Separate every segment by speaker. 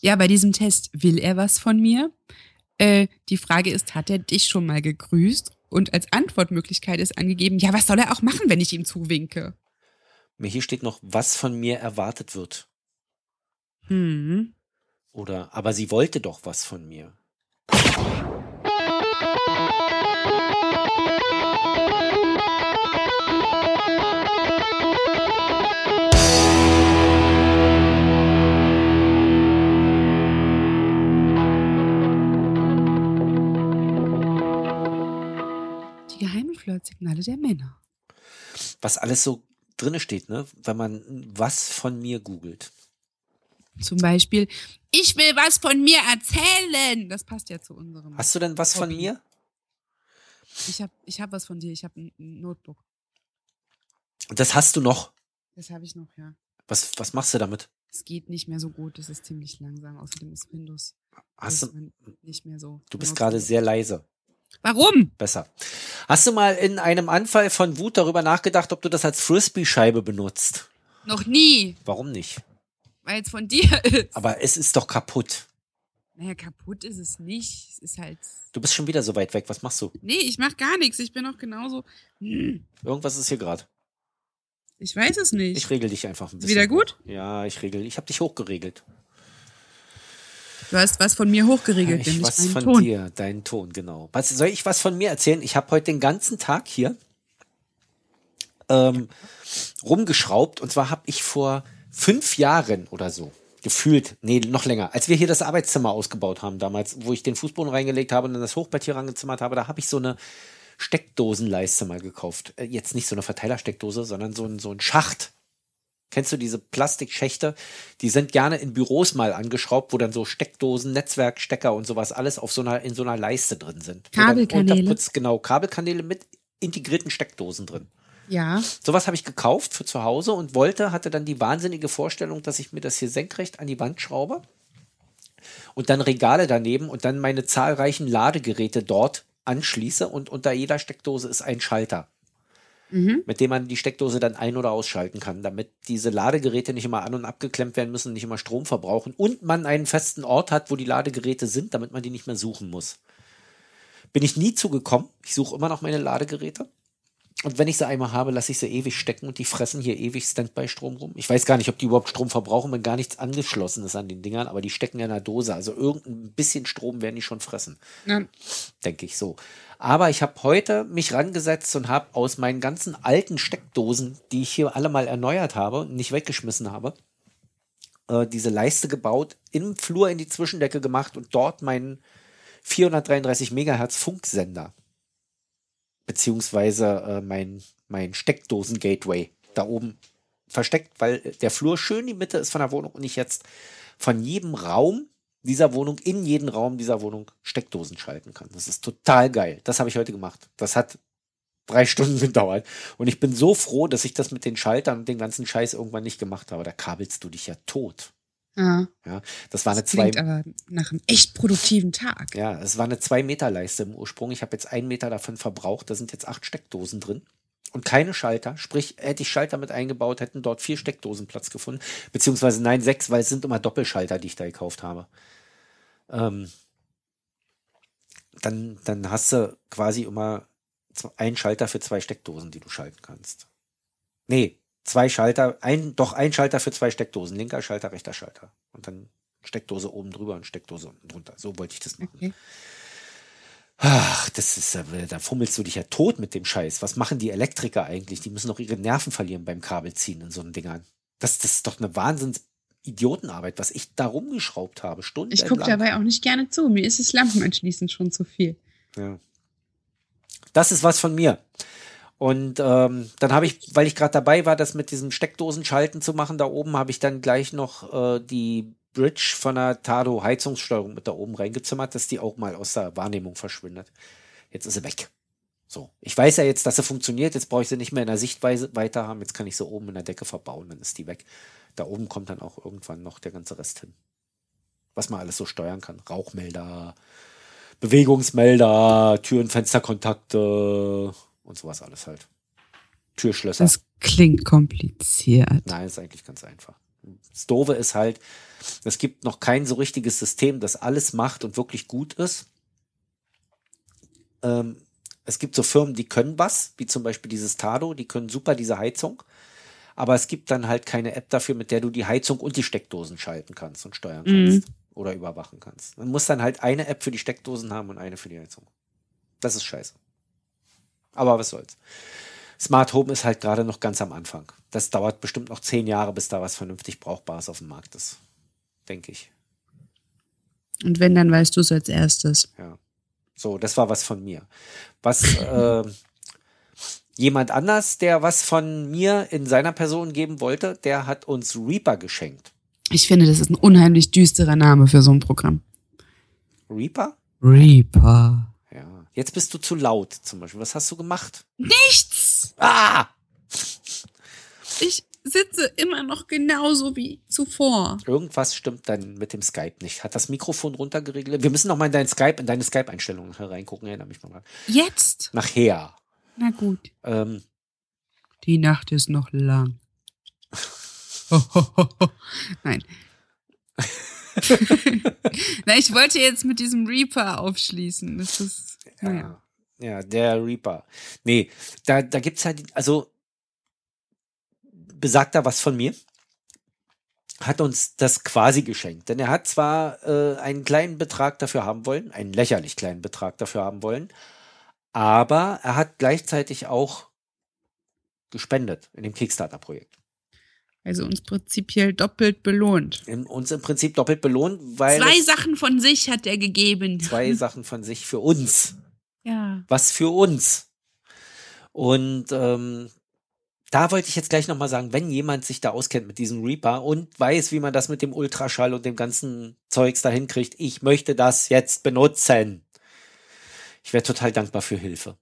Speaker 1: ja, bei diesem Test will er was von mir. Äh, die Frage ist, hat er dich schon mal gegrüßt? Und als Antwortmöglichkeit ist angegeben, ja, was soll er auch machen, wenn ich ihm zuwinke?
Speaker 2: Hier steht noch, was von mir erwartet wird.
Speaker 1: Hm.
Speaker 2: Oder, aber sie wollte doch was von mir.
Speaker 1: Die geheimen Flirtsignale der Männer.
Speaker 2: Was alles so drinne steht, ne? Wenn man was von mir googelt.
Speaker 1: Zum Beispiel, ich will was von mir erzählen. Das passt ja zu unserem.
Speaker 2: Hast du denn was von
Speaker 1: Hobby.
Speaker 2: mir?
Speaker 1: Ich habe ich hab was von dir. Ich habe ein ein Notebook.
Speaker 2: Das hast du noch.
Speaker 1: Das habe ich noch, ja.
Speaker 2: Was, was machst du damit?
Speaker 1: Es geht nicht mehr so gut. Es ist ziemlich langsam. Außerdem ist Windows ist
Speaker 2: Hast du,
Speaker 1: man Mhm. nicht mehr so.
Speaker 2: du bist
Speaker 1: benutzt.
Speaker 2: gerade sehr leise.
Speaker 1: Warum?
Speaker 2: Besser. Hast du mal in einem Anfall von Wut darüber nachgedacht, ob du das als Frisbee-Scheibe benutzt?
Speaker 1: Noch nie,
Speaker 2: Warum nicht?
Speaker 1: weil es von dir ist.
Speaker 2: Aber es ist doch kaputt.
Speaker 1: Naja, kaputt ist es nicht. Es ist halt.
Speaker 2: Du bist schon wieder so weit weg. Was machst du?
Speaker 1: Nee, ich mach gar nichts. Ich bin auch genauso. Hm,
Speaker 2: Irgendwas ist hier gerade.
Speaker 1: Ich weiß es nicht.
Speaker 2: Ich regel dich einfach ein bisschen.
Speaker 1: wieder gut?
Speaker 2: Ja, ich regel. Ich habe dich hochgeregelt.
Speaker 1: Du hast was von mir hochgeregelt,
Speaker 2: ich
Speaker 1: nämlich
Speaker 2: was
Speaker 1: meinen
Speaker 2: von
Speaker 1: Ton.
Speaker 2: dir, deinen Ton, genau. Was, soll ich was von mir erzählen? Ich habe heute den ganzen Tag hier ähm, rumgeschraubt und zwar habe ich vor fünf Jahren oder so gefühlt, nee, noch länger, als wir hier das Arbeitszimmer ausgebaut haben damals, wo ich den Fußboden reingelegt habe und dann das Hochbett hier rangezimmert habe, da habe ich so eine Steckdosenleiste mal gekauft. Äh, Jetzt nicht so eine Verteilersteckdose, sondern so ein, so ein Schacht. Kennst du diese Plastikschächte? Die sind gerne in Büros mal angeschraubt, wo dann so Steckdosen, Netzwerkstecker und sowas alles auf so einer, in so einer Leiste drin sind. Wo dann
Speaker 1: Kabelkanäle.
Speaker 2: Unterputz, genau, Kabelkanäle mit integrierten Steckdosen drin.
Speaker 1: Ja.
Speaker 2: Sowas habe ich gekauft für zu Hause und wollte, hatte dann die wahnsinnige Vorstellung, dass ich mir das hier senkrecht an die Wand schraube und dann Regale daneben und dann meine zahlreichen Ladegeräte dort anschließe und unter jeder Steckdose ist ein Schalter, mit dem man die Steckdose dann ein- oder ausschalten kann, damit diese Ladegeräte nicht immer an- und abgeklemmt werden müssen, nicht immer Strom verbrauchen und man einen festen Ort hat, wo die Ladegeräte sind, damit man die nicht mehr suchen muss. Bin ich nie zugekommen. Ich suche immer noch meine Ladegeräte. Und wenn ich sie einmal habe, lasse ich sie ewig stecken und die fressen hier ewig Standby-Strom rum. Ich weiß gar nicht, ob die überhaupt Strom verbrauchen, wenn gar nichts angeschlossen ist an den Dingern, aber die stecken ja in einer Dose. Also irgendein bisschen Strom werden die schon fressen,
Speaker 1: Na,
Speaker 2: denke ich so. Aber ich habe heute mich rangesetzt und habe aus meinen ganzen alten Steckdosen, die ich hier alle mal erneuert habe und nicht weggeschmissen habe, äh, diese Leiste gebaut, im Flur in die Zwischendecke gemacht und dort meinen 433 Megahertz Funksender beziehungsweise äh, mein, mein Steckdosen-Gateway da oben versteckt, weil der Flur schön die Mitte ist von der Wohnung und ich jetzt von jedem Raum dieser Wohnung in jeden Raum dieser Wohnung Steckdosen schalten kann. Das ist total geil. Das habe ich heute gemacht. Das hat drei Stunden gedauert und ich bin so froh, dass ich das mit den Schaltern und dem ganzen Scheiß irgendwann nicht gemacht habe. Da kabelst du dich ja tot.
Speaker 1: ja.
Speaker 2: Ja, das war eine
Speaker 1: ah, Das
Speaker 2: zwei,
Speaker 1: klingt aber nach einem echt produktiven Tag.
Speaker 2: ja, es war eine 2-Meter-Leiste im Ursprung. Ich habe jetzt einen Meter davon verbraucht. Da sind jetzt acht Steckdosen drin. Und keine Schalter. Sprich, hätte ich Schalter mit eingebaut, hätten dort vier Steckdosen Platz gefunden. Beziehungsweise nein, sechs, weil es sind immer Doppelschalter, die ich da gekauft habe. Ähm, dann, dann hast du quasi immer zw- einen Schalter für zwei Steckdosen, die du schalten kannst. Nee, zwei Schalter, ein, doch ein Schalter für zwei Steckdosen. Linker Schalter, rechter Schalter. Und dann Steckdose oben drüber und Steckdose unten drunter. So wollte ich das machen.
Speaker 1: Okay.
Speaker 2: Ach, das ist, ja- da fummelst du dich ja tot mit dem Scheiß. Was machen die Elektriker eigentlich? Die müssen doch ihre Nerven verlieren beim Kabelziehen in so einen Dingern. Das, das ist doch eine Wahnsinns-Idiotenarbeit, was ich da rumgeschraubt habe, Stunden.
Speaker 1: Ich gucke dabei auch nicht gerne zu. Mir ist es Lampenanschließend schon zu viel.
Speaker 2: Ja. Das ist was von mir. Und ähm, dann habe ich, weil ich gerade dabei war, das mit diesem Steckdosenschalten zu machen, da oben habe ich dann gleich noch äh, die Bridge von der Tado Heizungssteuerung mit da oben reingezimmert, dass die auch mal aus der Wahrnehmung verschwindet. Jetzt ist sie weg. So, ich weiß ja jetzt, dass sie funktioniert. Jetzt brauche ich sie nicht mehr in der Sichtweise weiter haben. Jetzt kann ich sie oben in der Decke verbauen, dann ist die weg. Da oben kommt dann auch irgendwann noch der ganze Rest hin. Was man alles so steuern kann. Rauchmelder, Bewegungsmelder, Türen, Fensterkontakte und sowas alles halt. Türschlösser.
Speaker 1: klingt kompliziert.
Speaker 2: Nein, ist eigentlich ganz einfach. Das Doofe ist halt, es gibt noch kein so richtiges System, das alles macht und wirklich gut ist. Ähm, es gibt so Firmen, die können was, wie zum Beispiel dieses Tado, die können super diese Heizung. Aber es gibt dann halt keine App dafür, mit der du die Heizung und die Steckdosen schalten kannst und steuern
Speaker 1: Mhm.
Speaker 2: kannst oder überwachen kannst. Man muss dann halt eine App für die Steckdosen haben und eine für die Heizung. Das ist scheiße. Aber was soll's. Smart Home ist halt gerade noch ganz am Anfang. Das dauert bestimmt noch zehn Jahre, bis da was vernünftig Brauchbares auf dem Markt ist. Denke ich.
Speaker 1: Und wenn, dann weißt du es als erstes.
Speaker 2: Ja. So, das war was von mir. Was äh, jemand anders, der was von mir in seiner Person geben wollte, der hat uns Reaper geschenkt.
Speaker 1: Ich finde, das ist ein unheimlich düsterer Name für so ein Programm.
Speaker 2: Reaper?
Speaker 1: Reaper.
Speaker 2: Ja. Jetzt bist du zu laut zum Beispiel. Was hast du gemacht?
Speaker 1: Nichts!
Speaker 2: Ah!
Speaker 1: Ich sitze immer noch genauso wie zuvor.
Speaker 2: Irgendwas stimmt dann mit dem Skype nicht. Hat das Mikrofon runtergeregelt? Wir müssen noch mal in dein Skype, in deine Skype-Einstellungen reingucken. Erinnere mich mal dran.
Speaker 1: Jetzt?
Speaker 2: Nachher.
Speaker 1: Na gut.
Speaker 2: Ähm,
Speaker 1: Die Nacht ist noch lang. Nein. Na, ich wollte jetzt mit diesem Reaper aufschließen. Das ist.
Speaker 2: Ja.
Speaker 1: Naja.
Speaker 2: Ja, der Reaper. Nee, da, da gibt's halt, also besagt da was von mir, hat uns das quasi geschenkt. Denn er hat zwar äh, einen kleinen Betrag dafür haben wollen, einen lächerlich kleinen Betrag dafür haben wollen, aber er hat gleichzeitig auch gespendet in dem Kickstarter-Projekt.
Speaker 1: Also uns prinzipiell doppelt belohnt.
Speaker 2: In- Uns im Prinzip doppelt belohnt, weil
Speaker 1: Zwei
Speaker 2: es
Speaker 1: Sachen von sich hat er gegeben.
Speaker 2: zwei Sachen von sich für uns
Speaker 1: Ja.
Speaker 2: was für uns. Und ähm, da wollte ich jetzt gleich nochmal sagen, wenn jemand sich da auskennt mit diesem Reaper und weiß, wie man das mit dem Ultraschall und dem ganzen Zeugs da hinkriegt, ich möchte das jetzt benutzen. Ich wäre total dankbar für Hilfe.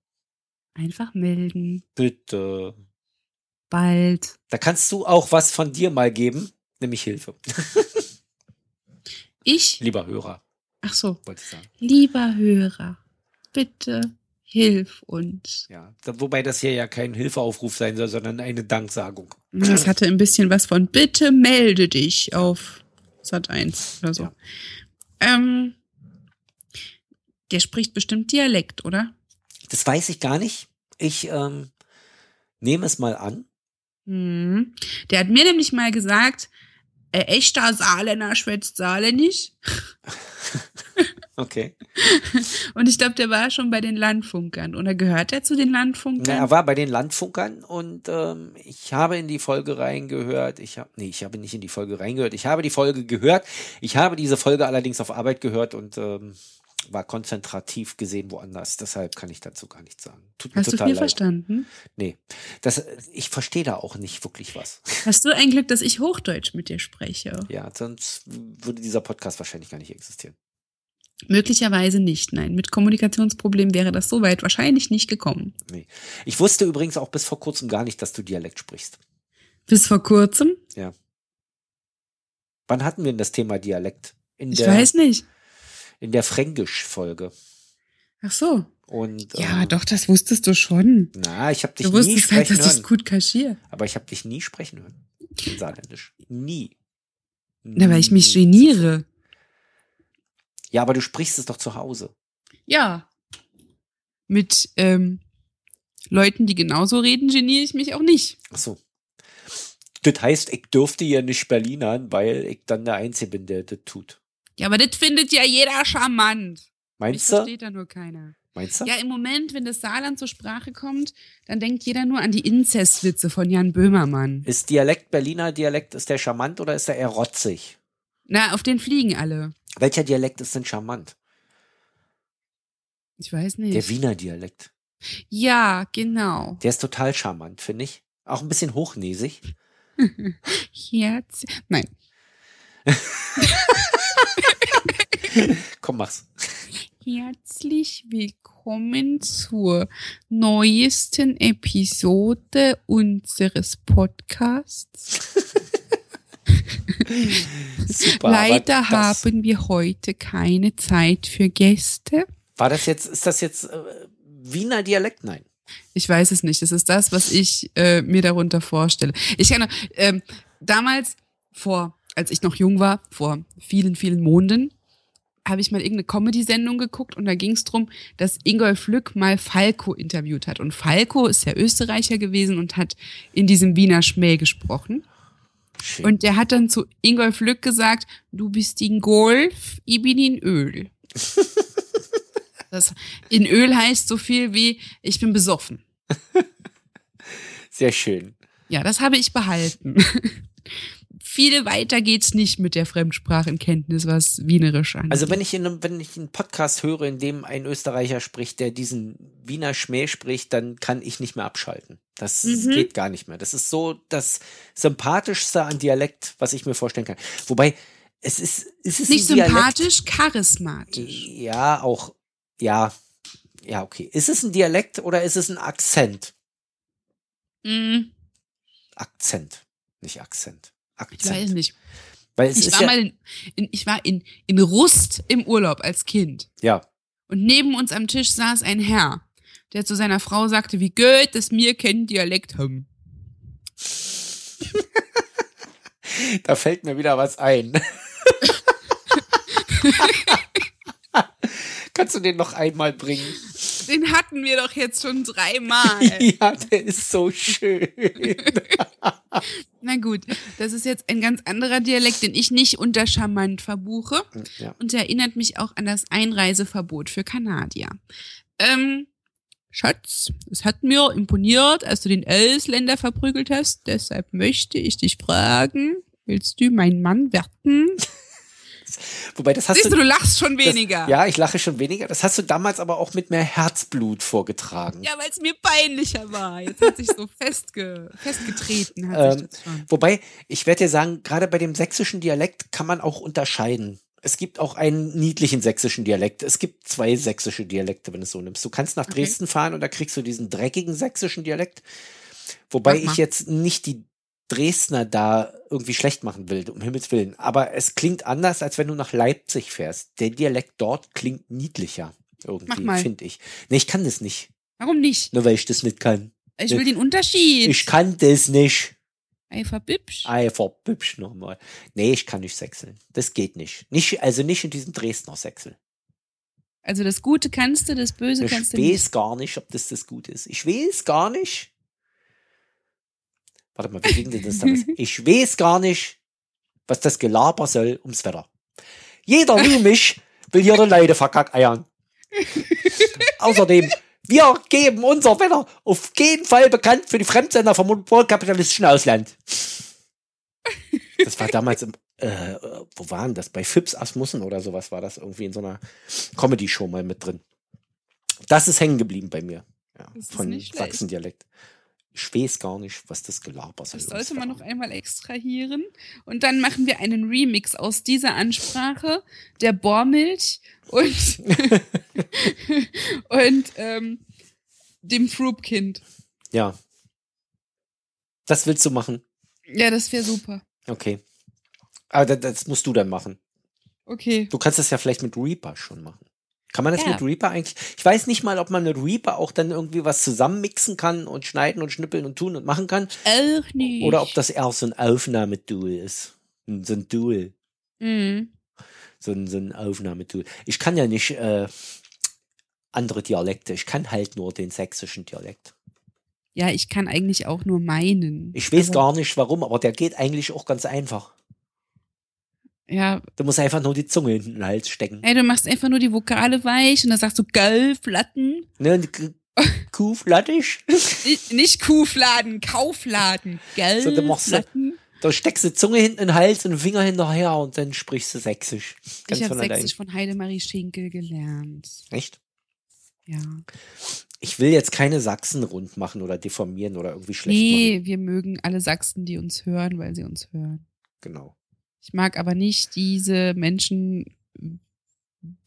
Speaker 1: Einfach melden.
Speaker 2: Bitte.
Speaker 1: Bald.
Speaker 2: Da kannst du auch was von dir mal geben, nämlich Hilfe.
Speaker 1: Ich?
Speaker 2: Lieber Hörer,
Speaker 1: Ach so.
Speaker 2: wollte ich sagen.
Speaker 1: Lieber Hörer, bitte hilf uns.
Speaker 2: Ja. Da- Wobei das hier ja kein Hilfeaufruf sein soll, sondern eine Danksagung.
Speaker 1: Das Ne, hatte ein bisschen was von bitte melde dich auf Sat 1 oder so.
Speaker 2: Ja.
Speaker 1: Ähm, der spricht bestimmt Dialekt, oder?
Speaker 2: Das weiß ich gar nicht. Ich ähm, nehme es mal an.
Speaker 1: Hm. Der hat mir nämlich mal gesagt, äh, echter Saarländer schwätzt Saarländisch.
Speaker 2: Okay.
Speaker 1: Und ich glaube, der war schon bei den Landfunkern. Oder gehört er zu den
Speaker 2: Na,
Speaker 1: Landfunkern?
Speaker 2: er war bei den Landfunkern und ähm, ich habe in die Folge reingehört. Ich habe, nee, ich habe nicht in die Folge reingehört. Ich habe die Folge gehört. Ich habe diese Folge allerdings auf Arbeit gehört und ähm, war konzentrativ gesehen woanders. Deshalb kann ich dazu gar nichts sagen. Tut mir
Speaker 1: Hast du
Speaker 2: total
Speaker 1: viel
Speaker 2: leid.
Speaker 1: verstanden?
Speaker 2: Nee, das, ich verstehe da auch nicht wirklich was.
Speaker 1: Hast du ein Glück, dass ich Hochdeutsch mit dir spreche?
Speaker 2: Ja, sonst würde dieser Podcast wahrscheinlich gar nicht existieren.
Speaker 1: Möglicherweise nicht, nein. Mit Kommunikationsproblemen wäre das so weit wahrscheinlich nicht gekommen.
Speaker 2: Ich wusste übrigens auch bis vor kurzem gar nicht, dass du Dialekt sprichst.
Speaker 1: Bis vor kurzem?
Speaker 2: Wann hatten wir denn das Thema Dialekt? In
Speaker 1: Ich
Speaker 2: der,
Speaker 1: weiß nicht.
Speaker 2: In der Fränkisch-Folge.
Speaker 1: Ach so.
Speaker 2: Und
Speaker 1: Ja,
Speaker 2: ähm,
Speaker 1: doch, das wusstest du schon.
Speaker 2: Na, ich habe dich
Speaker 1: Du
Speaker 2: nie
Speaker 1: wusstest halt,
Speaker 2: sprechen
Speaker 1: dass ich es
Speaker 2: hören.
Speaker 1: gut kaschiere.
Speaker 2: Aber ich habe dich nie sprechen hören. In Saarländisch. Nie.
Speaker 1: Na, weil ich mich
Speaker 2: Nie.
Speaker 1: geniere.
Speaker 2: Ja, aber du sprichst es doch zu Hause.
Speaker 1: Ja. Mit ähm, Leuten, die genauso reden, geniere ich mich auch nicht.
Speaker 2: Ach so. Das heißt, ich dürfte ja nicht Berlinern, weil ich dann der Einzige bin, der das tut.
Speaker 1: Ja, aber das findet ja jeder charmant. Mich
Speaker 2: Meinst du?
Speaker 1: versteht da nur keiner.
Speaker 2: Meinst du?
Speaker 1: Ja, im Moment, wenn das Saarland zur Sprache kommt, dann denkt jeder nur an die Inzestwitze von Jan Böhmermann.
Speaker 2: Ist Dialekt Berliner Dialekt, ist der charmant oder ist der eher rotzig?
Speaker 1: Na, auf den fliegen alle.
Speaker 2: Welcher Dialekt ist denn charmant?
Speaker 1: Ich weiß
Speaker 2: Der
Speaker 1: nicht.
Speaker 2: Wiener Dialekt.
Speaker 1: Ja, genau.
Speaker 2: Der ist total charmant, finde ich. Auch ein bisschen hochnäsig.
Speaker 1: Herz. Nein.
Speaker 2: Komm, mach's.
Speaker 1: Herzlich willkommen zur neuesten Episode unseres Podcasts.
Speaker 2: Super. aber
Speaker 1: Leider
Speaker 2: das-
Speaker 1: haben wir heute keine Zeit für Gäste.
Speaker 2: War das jetzt, ist das jetzt äh, Wiener Dialekt? Nein.
Speaker 1: Ich weiß es nicht. Es ist das, was ich äh, mir darunter vorstelle. Ich kann, ähm, damals vor, als ich noch jung war, vor vielen, vielen Monden, habe ich mal irgendeine Comedy-Sendung geguckt und da ging es darum, dass Ingolf Lück mal Falco interviewt hat. Und Falco ist ja Österreicher gewesen und hat in diesem Wiener Schmäh gesprochen.
Speaker 2: Schön.
Speaker 1: Und der hat dann zu Ingolf Lück gesagt, du bist in Golf, ich bin in Öl. das in Öl heißt so viel wie, ich bin besoffen.
Speaker 2: Sehr schön.
Speaker 1: Ja, das habe ich behalten. Viele weiter geht's nicht mit der Fremdsprachenkenntnis, was Wienerisch angeht.
Speaker 2: Also wenn ich, in einem, wenn ich einen Podcast höre, in dem ein Österreicher spricht, der diesen Wiener Schmäh spricht, dann kann ich nicht mehr abschalten. Das
Speaker 1: Mhm.
Speaker 2: geht gar nicht mehr. Das ist so das Sympathischste an Dialekt, was ich mir vorstellen kann. Wobei, es ist, es ist
Speaker 1: nicht
Speaker 2: ein Dialekt-
Speaker 1: sympathisch, charismatisch.
Speaker 2: Ja, auch, ja, ja, okay. Ist es ein Dialekt oder ist es ein Akzent?
Speaker 1: Hm,
Speaker 2: Akzent, nicht Akzent.
Speaker 1: ich weiß
Speaker 2: Akzent.
Speaker 1: nicht.
Speaker 2: Weil es
Speaker 1: Ich
Speaker 2: ist
Speaker 1: war
Speaker 2: ja,
Speaker 1: mal in, in, ich war in, in Rust im Urlaub als Kind.
Speaker 2: ja,
Speaker 1: Und neben uns am Tisch saß ein Herr, der zu seiner Frau sagte, wie geht es mir, kein Dialekt haben.
Speaker 2: da fällt mir wieder was ein. Kannst du den noch einmal bringen?
Speaker 1: Den hatten wir doch jetzt schon dreimal.
Speaker 2: Ja, der ist so schön.
Speaker 1: Na gut, das ist jetzt ein ganz anderer Dialekt, den ich nicht unter charmant verbuche.
Speaker 2: Ja.
Speaker 1: und erinnert mich auch an das Einreiseverbot für Kanadier. Ähm, Schatz, es hat mir imponiert, als du den Ausländer verprügelt hast. Deshalb möchte ich dich fragen, willst du mein Mann werden?
Speaker 2: Wobei, das hast
Speaker 1: Siehst du,
Speaker 2: du.
Speaker 1: du lachst schon
Speaker 2: das,
Speaker 1: weniger.
Speaker 2: Ja, ich lache schon weniger. Das hast du damals aber auch mit mehr Herzblut vorgetragen.
Speaker 1: Ja, weil es mir peinlicher war. Jetzt hat sich so festge festgetreten. Hat sich
Speaker 2: Ähm,
Speaker 1: das schon.
Speaker 2: Wobei, ich werde dir sagen, gerade bei dem sächsischen Dialekt kann man auch unterscheiden. Es gibt auch einen niedlichen sächsischen Dialekt. Es gibt zwei sächsische Dialekte, wenn du es so nimmst. Du kannst nach
Speaker 1: Okay.
Speaker 2: Dresden fahren und da kriegst du diesen dreckigen sächsischen Dialekt. Wobei
Speaker 1: Mach mal.
Speaker 2: ich jetzt nicht die Dresdner da irgendwie schlecht machen will, um Himmels Willen. Aber es klingt anders, als wenn du nach Leipzig fährst. Der Dialekt dort klingt niedlicher.
Speaker 1: Mach
Speaker 2: Irgendwie,
Speaker 1: mal.
Speaker 2: finde ich. Nee, ich kann das nicht.
Speaker 1: Warum nicht?
Speaker 2: Nur weil ich das nicht kann.
Speaker 1: Ich will den Unterschied.
Speaker 2: Ich kann das nicht.
Speaker 1: Ey, verbibsch.
Speaker 2: Einfach hübsch nochmal. Nee, ich kann nicht sechseln. Das geht nicht. nicht also nicht in diesem Dresdner Sechsel.
Speaker 1: Also das Gute kannst du, das Böse
Speaker 2: Ich
Speaker 1: kannst du nicht.
Speaker 2: weiß gar nicht, ob das das gut ist. Ich weiß gar nicht. Warte mal, wie ging denn das damals? Ich weiß gar nicht, was das Gelaber soll ums Wetter. Jeder wie mich will ihre Leute verkackeiern. Außerdem, wir geben unser Wetter auf jeden Fall bekannt für die Fremdsender vom wohlkapitalistischen Ausland. Das war damals im, äh, äh, wo waren das? Bei Fips Asmussen oder sowas war das irgendwie in so einer Comedy-Show mal mit drin. Das ist hängen geblieben bei mir. Ja,
Speaker 1: Das ist
Speaker 2: von
Speaker 1: nicht schlecht.
Speaker 2: Sachsendialekt. Ich weiß gar nicht, was das Gelaber soll.
Speaker 1: Das sollte man noch einmal extrahieren. Und dann machen wir einen Remix aus dieser Ansprache, der Bohrmilch und, und ähm, dem Fruitkind.
Speaker 2: Ja. Das willst du machen?
Speaker 1: Ja, das wäre super.
Speaker 2: Okay. Aber das, das musst du dann machen.
Speaker 1: Okay.
Speaker 2: Du kannst das ja vielleicht mit Reaper schon machen. Kann man das
Speaker 1: Ja.
Speaker 2: mit Reaper eigentlich? Ich weiß nicht mal, ob man mit Reaper auch dann irgendwie was zusammenmixen kann und schneiden und schnippeln und tun und machen kann.
Speaker 1: Auch nicht.
Speaker 2: Oder ob das eher so ein Aufnahmeduel ist. Ein- So ein Duel.
Speaker 1: Mhm.
Speaker 2: So ein, so ein Aufnahmeduel. Ich kann ja nicht äh, andere Dialekte. Ich kann halt nur den sächsischen Dialekt.
Speaker 1: Ja, ich kann eigentlich auch nur meinen. Also,
Speaker 2: Ich weiß
Speaker 1: Aber-
Speaker 2: gar nicht warum, aber der geht eigentlich auch ganz einfach.
Speaker 1: Ja,
Speaker 2: Du musst einfach nur die Zunge hinten in den Hals stecken.
Speaker 1: ey, du machst einfach nur die Vokale weich und dann sagst du Gölflatten.
Speaker 2: Ne, und K- Kuhflattisch.
Speaker 1: Nicht- Nicht Kuhfladen, Kaufladen.
Speaker 2: So, dann machst du-
Speaker 1: Gölflatten.
Speaker 2: Da steckst du die Zunge hinten in den Hals und den Finger hinterher und dann sprichst du sächsisch. Ganz
Speaker 1: Ich habe
Speaker 2: von allein.
Speaker 1: Sächsisch von Heidemarie Schinkel gelernt.
Speaker 2: Echt?
Speaker 1: Ja.
Speaker 2: Ich will jetzt keine Sachsen rund machen oder deformieren oder irgendwie schlecht machen.
Speaker 1: Nee, wir mögen alle Sachsen, die uns hören, weil sie uns hören.
Speaker 2: Genau.
Speaker 1: Ich mag aber nicht diese Menschen,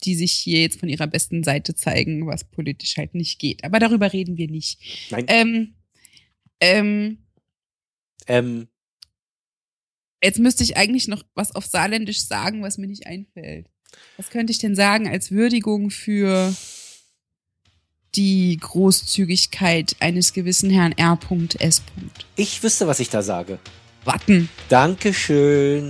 Speaker 1: die sich hier jetzt von ihrer besten Seite zeigen, was politisch halt nicht geht. Aber darüber reden wir nicht.
Speaker 2: Nein.
Speaker 1: Ähm, ähm,
Speaker 2: Ähm,
Speaker 1: jetzt müsste ich eigentlich noch was auf Saarländisch sagen, was mir nicht einfällt. Was könnte ich denn sagen als Würdigung für die Großzügigkeit eines gewissen Herrn R.S.
Speaker 2: ich wüsste, was ich da sage.
Speaker 1: Watten.
Speaker 2: Dankeschön.